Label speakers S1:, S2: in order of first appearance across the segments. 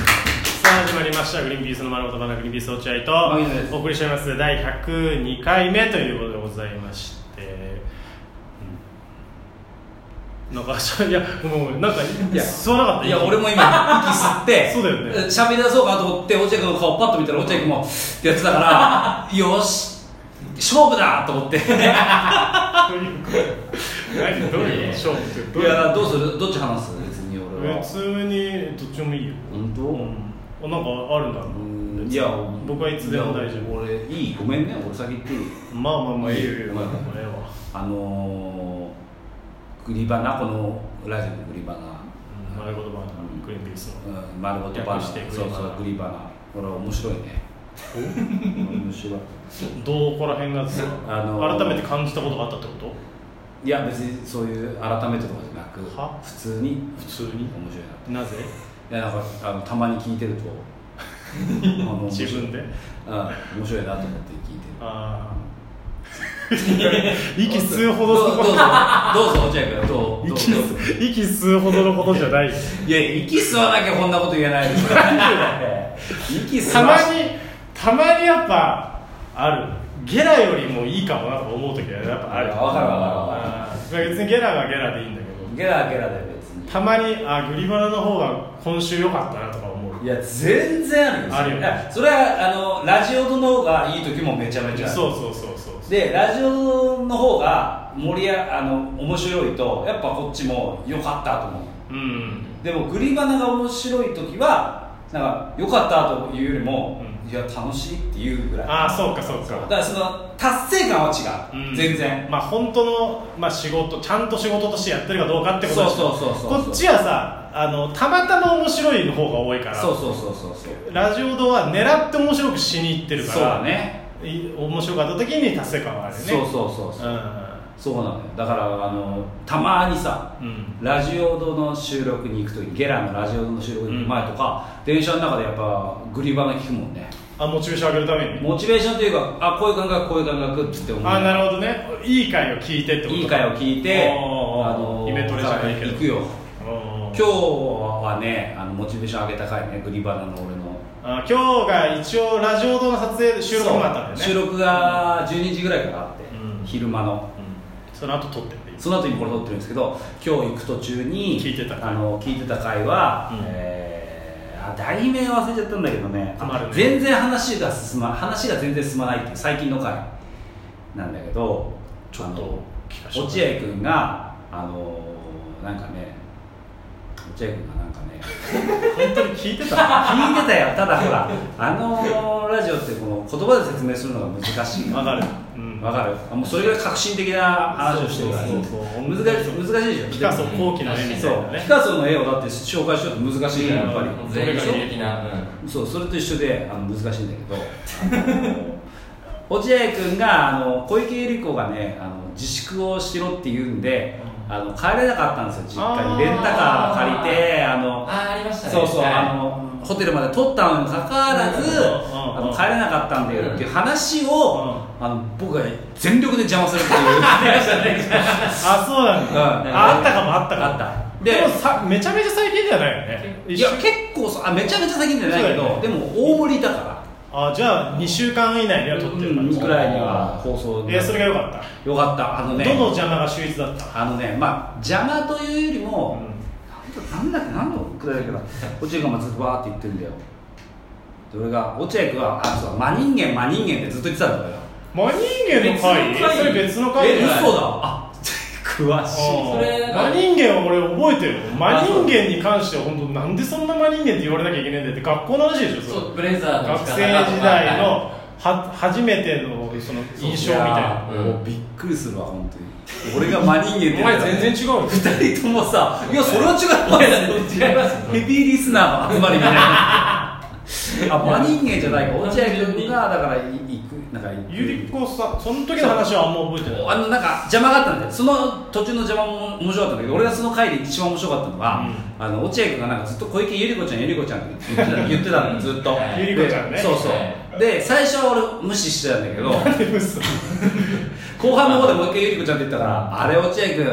S1: さあ始まりました「グリーンピースの丸ごとバナグリーンピース落合」
S2: 牧野です
S1: とお送りしております第102回目ということでございまして、うん、なんかしゃいやもうなんか
S2: いや
S1: 吸わなかった
S2: いや俺
S1: も
S2: も今息吸って
S1: そうだよね
S2: 喋り出そうかと思って落合君の顔パッと見たら落合君もってやってたから よし勝負だと思ってい
S1: 何どういう勝負ってどういう
S2: やどうするどっち話す別に俺は
S1: 普通にどっちでもいいよ、
S2: 本当
S1: あなんかあるんだろ
S2: うんいや
S1: 僕はいつでも大丈夫
S2: いや俺いいごめんね俺先言っていい
S1: まあまあまあいいよいいよ
S2: まあ
S1: まあまあええわ
S2: あのー、グリバナこのラジオのグリバ
S1: うん丸ごとバナグリーンピースの
S2: ナ、うん、丸ごとバナ
S1: 略
S2: そ
S1: し
S2: う
S1: てグ
S2: そ
S1: リバナ
S2: うグリバナこれ面白いね面白い
S1: どこら辺がさ、
S2: あの
S1: 改めて感じたことがあったってこと
S2: いや別にそういう改めてとかじゃなく
S1: は
S2: 普通に
S1: 普通に
S2: 面白いな
S1: なぜ
S2: いやなんかあのたまに聞いてる とあの面白い
S1: 自分で
S2: うん面白いなと思って聞いてる
S1: あー 息吸うほどの
S2: ど
S1: こ
S2: うど
S1: と
S2: うぞどうぞ落合君どうどう
S1: 息
S2: どう
S1: 吸息吸うほどのことじゃない
S2: いや息吸わなきゃこんなこと言えないでしょ息吸
S1: たま
S2: わ
S1: にたまにやっぱあるゲラよりもいいかもなとか思う時はやっぱある
S2: あわかるわ
S1: あー別にゲラはゲラでいいんだけど
S2: ゲラゲラで別に
S1: たまにあーグリバナの方が今週良かったなとか思う
S2: いや全然あるよ
S1: あるよね
S2: いやそれはあのラジオの方がいい時もめちゃめちゃある
S1: そうそうそうそうそう
S2: でラジオの方が盛りああの面白いとやっぱこっちも良かったと思う
S1: うん
S2: でもグリバナが面白い時はなんか良かったというよりも、
S1: う
S2: いや楽しいっていうぐらい
S1: ああそうかそう
S2: だ
S1: か
S2: からその達成感は違う、
S1: うん
S2: 全然
S1: まあ本当の、まあ、仕事ちゃんと仕事としてやってるかどうかってことだし
S2: そうそうそうそう
S1: こっちはさあのたまたま面白いの方が多いから
S2: そうそうそうそうそう
S1: ラジオ堂は狙って面白くしに行ってる
S2: そう
S1: から
S2: だね
S1: い面白かった時に達成感があるよね
S2: そうそうそうそう、
S1: う
S2: そうなのよだからあのたまにさ
S1: んうん
S2: ラジオ堂の収録に行く時ゲラのラジオ堂の収録に行く前とか、電車の中でやっぱグリバナ聞くもんね
S1: あモチベーション上げるために
S2: モチベーションというかあこういう感覚こういう感覚って思う
S1: あなるほどねいい回を聞いてってこと
S2: いい会を聞いて、
S1: おー
S2: あの
S1: イメトレじゃないけど
S2: 行くよ
S1: おー
S2: 今日はねあのモチベーション上げた回ねグリバナの俺の
S1: あ今日が一応ラジオ堂の撮影収録もあったんだ
S2: そう
S1: よね
S2: 収録が12時ぐらいからあって、
S1: うん
S2: 昼間の
S1: うんその後撮ってる
S2: その後にこれ撮ってるんですけど今日行く途中に
S1: 聞いてた回
S2: あの聞いてた回は、
S1: うん
S2: えーあ題名忘れちゃったんだけどね
S1: 困るね
S2: 全然話が進ま話が全然進まないっていう最近の回なんだけど
S1: ちょっ
S2: あの
S1: と聞かせ
S2: 落
S1: て
S2: 合君があのーなんかね落合君がなんかね
S1: 本当に聞いてた
S2: 聞いてたよただ ほらあのラジオってこの言葉で説明するのが難しい
S1: わ
S2: わ
S1: かる、うん
S2: わかるあもうそれぐらい革新的な話をしてるから
S1: そうそうそう
S2: 難しい難しいでしょ
S1: ピカソ後期の絵みたい
S2: そう
S1: なね
S2: ピカソの絵をだって紹介しようと難しいじゃんやっぱり、
S1: うん
S3: 全員的な、
S2: そうそれと一緒であの難しいんだけどあの落合君があの小池百合子がねあの自粛をしろって言うんであの帰れなかったんですよ実家にレンタカー借りてあ
S3: あ
S2: の
S3: ーありましたね
S2: そうそう、
S3: はい
S2: あのホテルまで取ったのにもかかわらず、
S3: うん
S2: あの帰れなかったんだよっていう話を、あの僕が全力で邪魔するっていう
S1: あそうなんだ、
S2: うん
S1: ああったかもあったかも
S2: あった
S1: で
S2: で
S1: もさめちゃめちゃ最近じゃないよね
S2: い
S1: 一
S2: や
S1: 週
S2: 結構そうあめちゃめちゃ先んじゃないけ
S1: そ
S2: ど、
S1: うだよね
S2: でも大盛りだから
S1: あじゃあ2週間以内には撮ってる感じ、
S2: うんぐらいには放送
S1: えーそれが良かっ
S2: よかったあ
S1: た、
S2: のね
S1: どの邪魔が秀逸だった、
S2: あのねまあ邪魔というより
S1: う
S2: も、
S1: ん
S2: なんだなんだっけ何のくだりだっけな落合君がずっとわーって言ってんだよで俺が落合君はあそう真人間真人間ってずっと言ってたんだよ
S1: 真人間の会
S3: 別の回
S1: それ別の会
S2: え嘘
S1: だ
S2: だ
S1: よ
S2: あ 詳しい
S3: それ
S1: あー真人間は俺覚えてるよ
S2: あ
S1: 真人間に関しては本当なんでそんな真人間って言われなきゃいけないんだよって学校の話でしょ
S3: そう
S1: れ
S3: ブレザーの
S1: 学生時代のは初めてのその印象みたいな
S2: や
S3: うん
S2: もうびっくりするわ本当に俺が真人間って
S1: お前全然違うよ
S2: 然2人ともさ「いやそれは違うお前だ
S3: 違います
S2: ヘビーリスナーの集まりみたい なあ真人間じゃないか落合君がだからい行くなんか行く
S1: ゆりこさんその時の話はあんま覚えてない
S2: あのなんか邪魔があったんでその途中の邪魔も面白かったんだけど俺がその回で一番面白かったのが、あの落合君がなんかずっと小池百合子ちゃん百合子ちゃんって言ってた 言ってたのずっと
S3: はい
S1: 百合子ちゃんね
S2: でそうそ
S3: は
S2: うで最初は俺無視してたんだけ ど
S1: 嘘
S2: 後半の方でもう一回百合子ちゃんって言ったからあれ落合君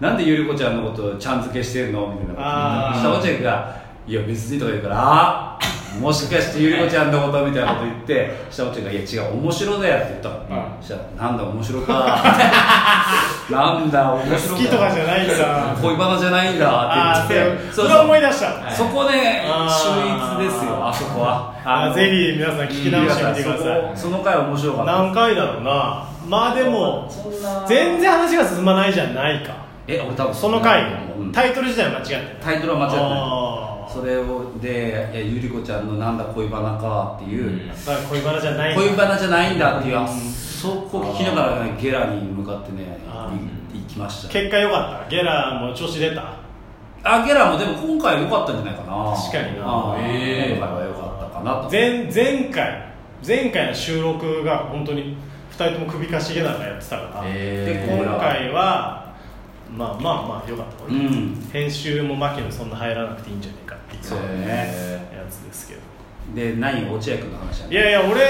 S2: なんで百合子ちゃんのことちゃん付けしてんのみたいなこと言ったら
S1: あー
S2: そしたら落合君が「いや別に」とか言うから「あもしかしてゆり子ちゃんのことみたいなこと言って下落ちが「いや違う面白だよ」って言ったの
S1: うん
S2: そしたら「なんだ面白か」「 なんだ面白
S1: 好きとかじゃ
S2: い
S1: ないんだ
S2: 恋バナじゃないんだ」
S1: あ
S2: っ
S1: あ
S2: て言って
S1: それは思い出した、
S2: はいそこね
S1: あー
S2: 秀逸ですよあそこは
S1: あ
S2: の
S1: ぜひ皆さん聞き直してみてください
S2: そこその回面白かった
S1: 何回だろうなまあでも
S2: そんな
S1: 全然話が進まないじゃないか
S2: え俺多分
S1: その回
S2: うんタイ
S1: タイトル自体は間違ってない
S2: トルは間違ってない
S1: あー
S2: それをでいやゆり子ちゃんの「なんだ恋バナか」っていう、
S3: うん
S1: だから恋バナじゃない
S2: 恋バナじゃないんだっていう、あ
S1: うん
S2: そこ聞きながらねゲラに向かってね
S1: あ
S2: い行きました
S1: 結果良かったゲラも調子出た
S2: あゲラもでも今回良かったんじゃないかな
S1: 確かにな
S2: あー
S3: ええ
S2: 今回は良かったかなと
S1: 前前回前回の収録が本当に2人とも首かしげながらやってたから、
S2: ー
S3: え
S1: で今回はまあまあまあ良かったこ
S2: う
S1: れ、
S2: ん
S1: 編集もマキのそんな入らなくていいんじゃないかってい
S2: そう
S1: う
S2: だね
S3: え
S1: やつですけど
S2: で何落合君の話だ
S1: いやいや俺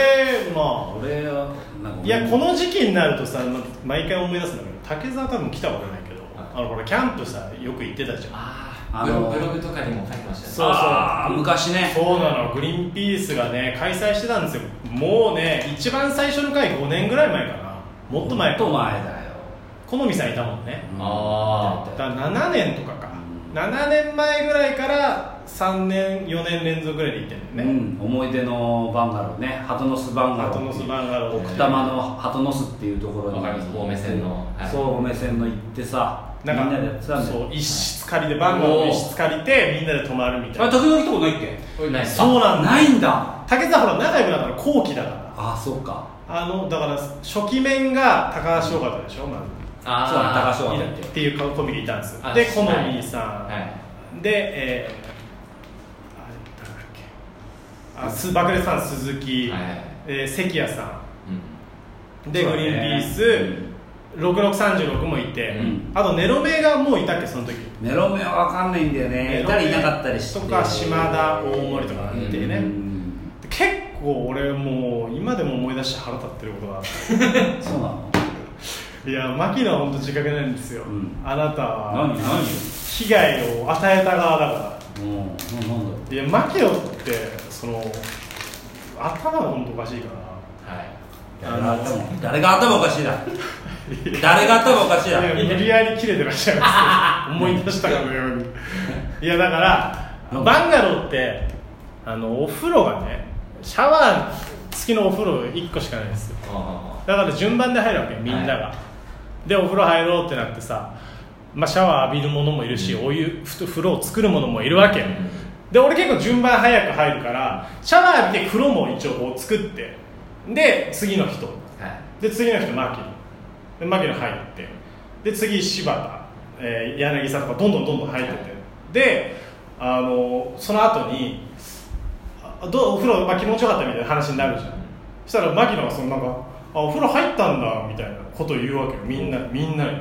S1: まあ
S2: 俺はなんか
S1: いやこの時期になるとさま毎回思い出すんだけど竹澤多分来たことないけど、あのほらキャンプさよく行ってたじゃん
S3: あ
S2: あ
S3: あ
S2: の
S3: ブログとかにも書いてましたね
S1: そう
S2: あー昔ね
S1: そうなのグリーンピースがね開催してたんですよもうね一番最初の回5年ぐらい前かなもっと前
S2: もっと前だよ
S1: 好みさんいたもんね
S3: あ
S1: だから7年とかか
S2: うん
S1: 7年前ぐらいから3年4年連続ぐらいで行ってる
S2: う
S1: のね、
S2: ん、思い出のバンガローね鳩の巣バンガロー
S1: 鳩の巣バンガロー
S2: 奥多摩の鳩の巣っていうところに
S3: わかります青梅線のはい
S2: そう青梅線の行ってさみ
S1: なんんか
S2: なでやってたんだよ
S1: そう一室借りでバンガローの一室借りてみんなで泊まるみた
S2: あ
S1: い
S2: れ
S1: な
S2: 時々行ったことないっけ
S3: これないです
S1: そうなんだ
S2: ないんだ
S1: 竹澤ほら仲良くなったら後期だから
S2: あそうか
S1: あのだから初期面が高橋尾形でしょ、ま
S2: そうだ高
S3: あ
S2: 橋
S1: ず
S2: はだっ
S1: い
S2: て
S1: っていうコンビにいたんですよ
S3: あ
S1: で
S3: はい
S1: 好みさん、
S3: はい
S1: でえー、あれ誰だっけあす爆裂さん鈴木、
S3: はい
S1: えー関谷さ
S3: うん
S1: んで、
S2: そう
S1: グ
S2: だね
S1: リーンピース、
S2: うん
S1: 6636もいて、
S2: うん
S1: あとネロメがもういたっけその時
S2: メロメはわかんないんだよねいたりいなかったりして
S1: とか島田大森とかいてね、
S2: うん
S1: で結構俺もう今でも思い出して腹立ってることがあって
S2: そうなの
S1: いや牧野は本当自覚ないんですよ、
S2: うん
S1: あなたは
S2: 何何
S1: 被害を与えた側だか
S2: うんななんだろう
S1: らいや牧野ってその頭が本当おかしいから
S3: はい
S1: あ
S2: 誰が
S1: の
S2: 頭誰が頭おかしいだ誰が頭おかしいだ
S1: いや無理やり切れてらっしゃいますけど思い出したかのよう にいやだから
S2: なんか
S1: バンガローってあのお風呂がねシャワー付きのお風呂1個しかないんですよ
S3: あ
S1: だから順番で入るわけよみんなが、
S3: は
S1: でお風呂入ろうってなってさ、まあ、シャワー浴びる者もいるし、お湯ふ風呂を作る者もいるわけよ、
S3: うん
S1: で俺結構順番早く入るからシャワー浴びて風呂も一応こう作ってで次の人
S3: ーはい
S1: で次の人マキでマキの入ってで次柴田、えー柳沢とかどんどんどんどん入ってってであのその後にあどうお風呂、まあ、気持ちよかったみたいな話になるじゃんそしたらマキのがそのなんかあお風呂入ったんだみたいなことを言うわけよみんなみんなにね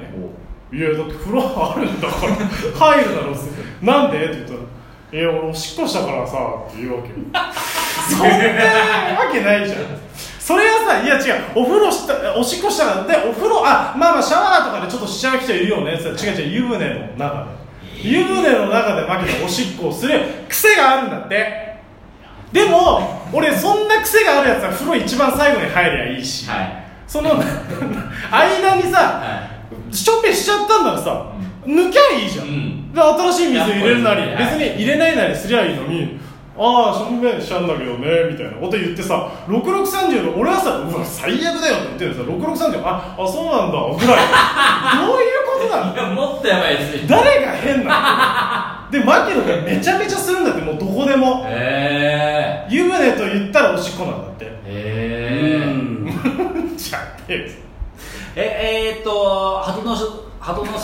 S1: いやだって風呂あるんだから 入るだろうっすなんでって言ったら「え俺おしっこしたからさ」って言うわけよ そんな わけないじゃんそれはさいや違うお風呂したおしっこしたからでお風呂あまあまあシャワーとかでちょっとしちゃう人いるよねって言ったら違う違う湯船の中で湯船の中でマキがおしっこをする癖があるんだってでも俺そんな癖があるやつは風呂一番最後に入りゃいいし、
S3: はい
S1: その 間にさ、
S3: は
S1: ショペしちゃったんならさ、抜きゃいいじゃん、
S3: うん
S1: で新しい水入れるなり、
S3: やっぱり
S1: 別
S3: ね
S1: に入れないなりすりゃいいのに、ああしょんべんしちゃうんだけどねみたいなこと言ってさ6630俺はさうわ最悪だよって言ってるさ6630ああそうなんだぐ らいどういうことなの
S3: いやもっとやばいですね
S1: 誰が変なので牧野がめちゃめちゃするんだってもうどこでも
S3: え
S1: 湯船と言ったらおしっこなんだって
S3: ーえ
S2: う
S3: ー
S2: ん
S1: じゃねえよ
S2: ええー、っと鳩の巣鳩の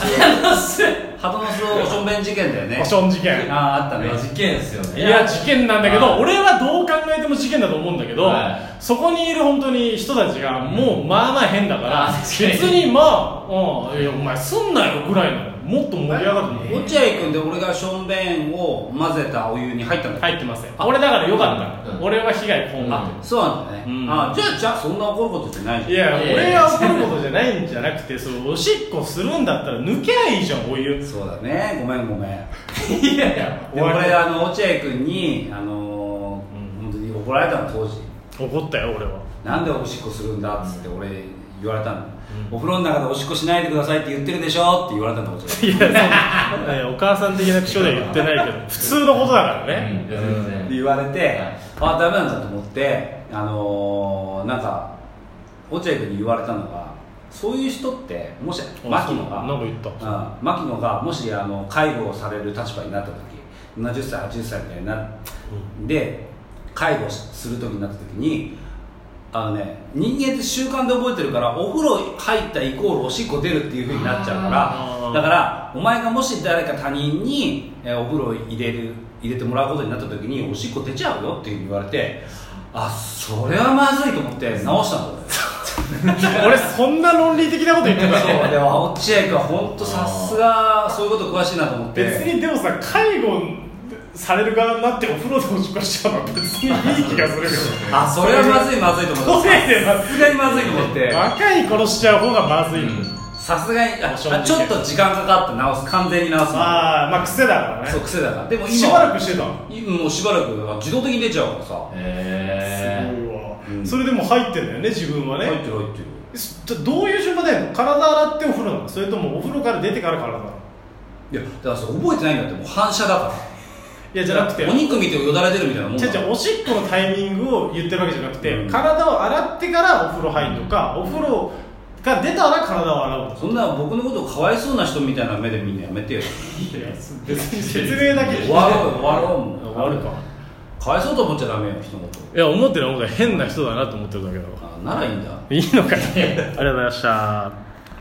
S2: 巣鳩の巣おしょんべん事件だよね
S1: ファッション事件
S2: あああったね
S3: まあ事件っすよね
S1: いや事件なんだけど
S3: はい
S1: 俺はどう考えても事件だと思うんだけど、
S3: は
S1: そこにいる本当に人たちがもうまあまあ変だから、
S3: あ
S1: 別
S3: ー確かに
S1: にまあ、うん、いやお前すんなよぐらいのもっと盛り上がるの
S2: 落合君で俺がしょんべんを混ぜたお湯に入ったんだ
S1: 入
S2: よ
S1: ってません俺だからよかったの、
S3: うん
S1: 俺は被害被んだ
S3: あ
S1: っ
S2: そうなんだね、
S1: うん
S2: あじゃあじゃあそんな怒ることってない
S1: て
S2: じ
S1: い
S2: ゃん
S1: や
S3: いや
S1: 俺が怒ることじゃないんじゃなくてそのおしっこするんだったら抜けばいいじゃんお湯
S2: そうだねごめんごめん
S3: いやいや
S2: で
S1: 終わり
S2: 俺あの落合君にあのー
S1: うん
S2: 怒られたの当時
S1: 怒ったよ俺は
S2: なんでおしっこするんだっつって俺言われたの、お風呂の中でおしっこしないでくださいって言ってるでしょって言われたのこっ
S1: い
S2: ち
S1: やそんないやお母さん的な気象では言ってないけど普通のことだからね、
S3: うんいや全然
S2: で言われて、あダメなんだと思ってあのーなんか落合君に言われたのがそういう人ってもし
S1: あ
S2: 牧野
S1: そうなん
S2: が
S1: か言った
S2: うん、牧野がもしあの介護をされる立場になった時70歳80歳みたいになで介護する時になった時にあのね人間って習慣で覚えてるからお風呂入ったイコールおしっこ出るっていう風になっちゃうか
S1: あー
S2: らだからお前がもし誰か他人に、えーお風呂入れる入れてもらうことになった時におしっこ出ちゃうよっていう風に言われてあそれはまずいと思って直したんだよ
S1: 俺そんな論理的なこと言ってたの
S2: そうでも落合君は本当さすがそういうこと詳しいなと思って
S1: 別にでもさ介護される側になってお風呂でおしっこしちゃうのは別にいい気がするけど
S2: あそれはまずいまずいと思
S1: ト
S2: って
S1: イレ
S2: さ
S1: は
S2: すがにまずいと思って
S1: 若い頃しちゃう方がまずい、
S3: うん
S2: さすがにああ
S1: 正直
S2: ちょっと時間かかって直す完全に直すの
S1: ああまあ癖だからね
S2: そう癖だからでも今
S1: しばらくしてたの
S2: 今もうしばらく自動的に出ちゃうからさ
S1: す
S3: え
S1: ごいわ、
S2: うん
S1: それでも入ってんだよね自分はね、
S2: 入ってる入ってる
S1: すどういう順番でやるの体洗ってお風呂なのそれともお風呂から出てから体なの
S2: いやだからそれ覚えてないんだってもう反射だから
S1: いやじゃなくて
S2: お肉見てよだれ出るみたいなもん
S1: じ
S2: だ
S1: ゃじゃおしっこのタイミングを言ってるわけじゃなくて、
S2: うん
S1: 体を洗ってからお風呂入るとか、お風呂が出たら体を洗うの
S2: そんな僕のことをかわいそうな人みたいな目でみんなやめてよ
S1: いや別に説明だけ
S2: 終わろうよ終わろうもう
S1: 終わるか
S2: かわいそうと思っちゃダメよ人のこと
S1: いや思ってる思って変な人だなと思ってるだけだわ
S2: あならいいんだ
S1: いいのかねありがとうございました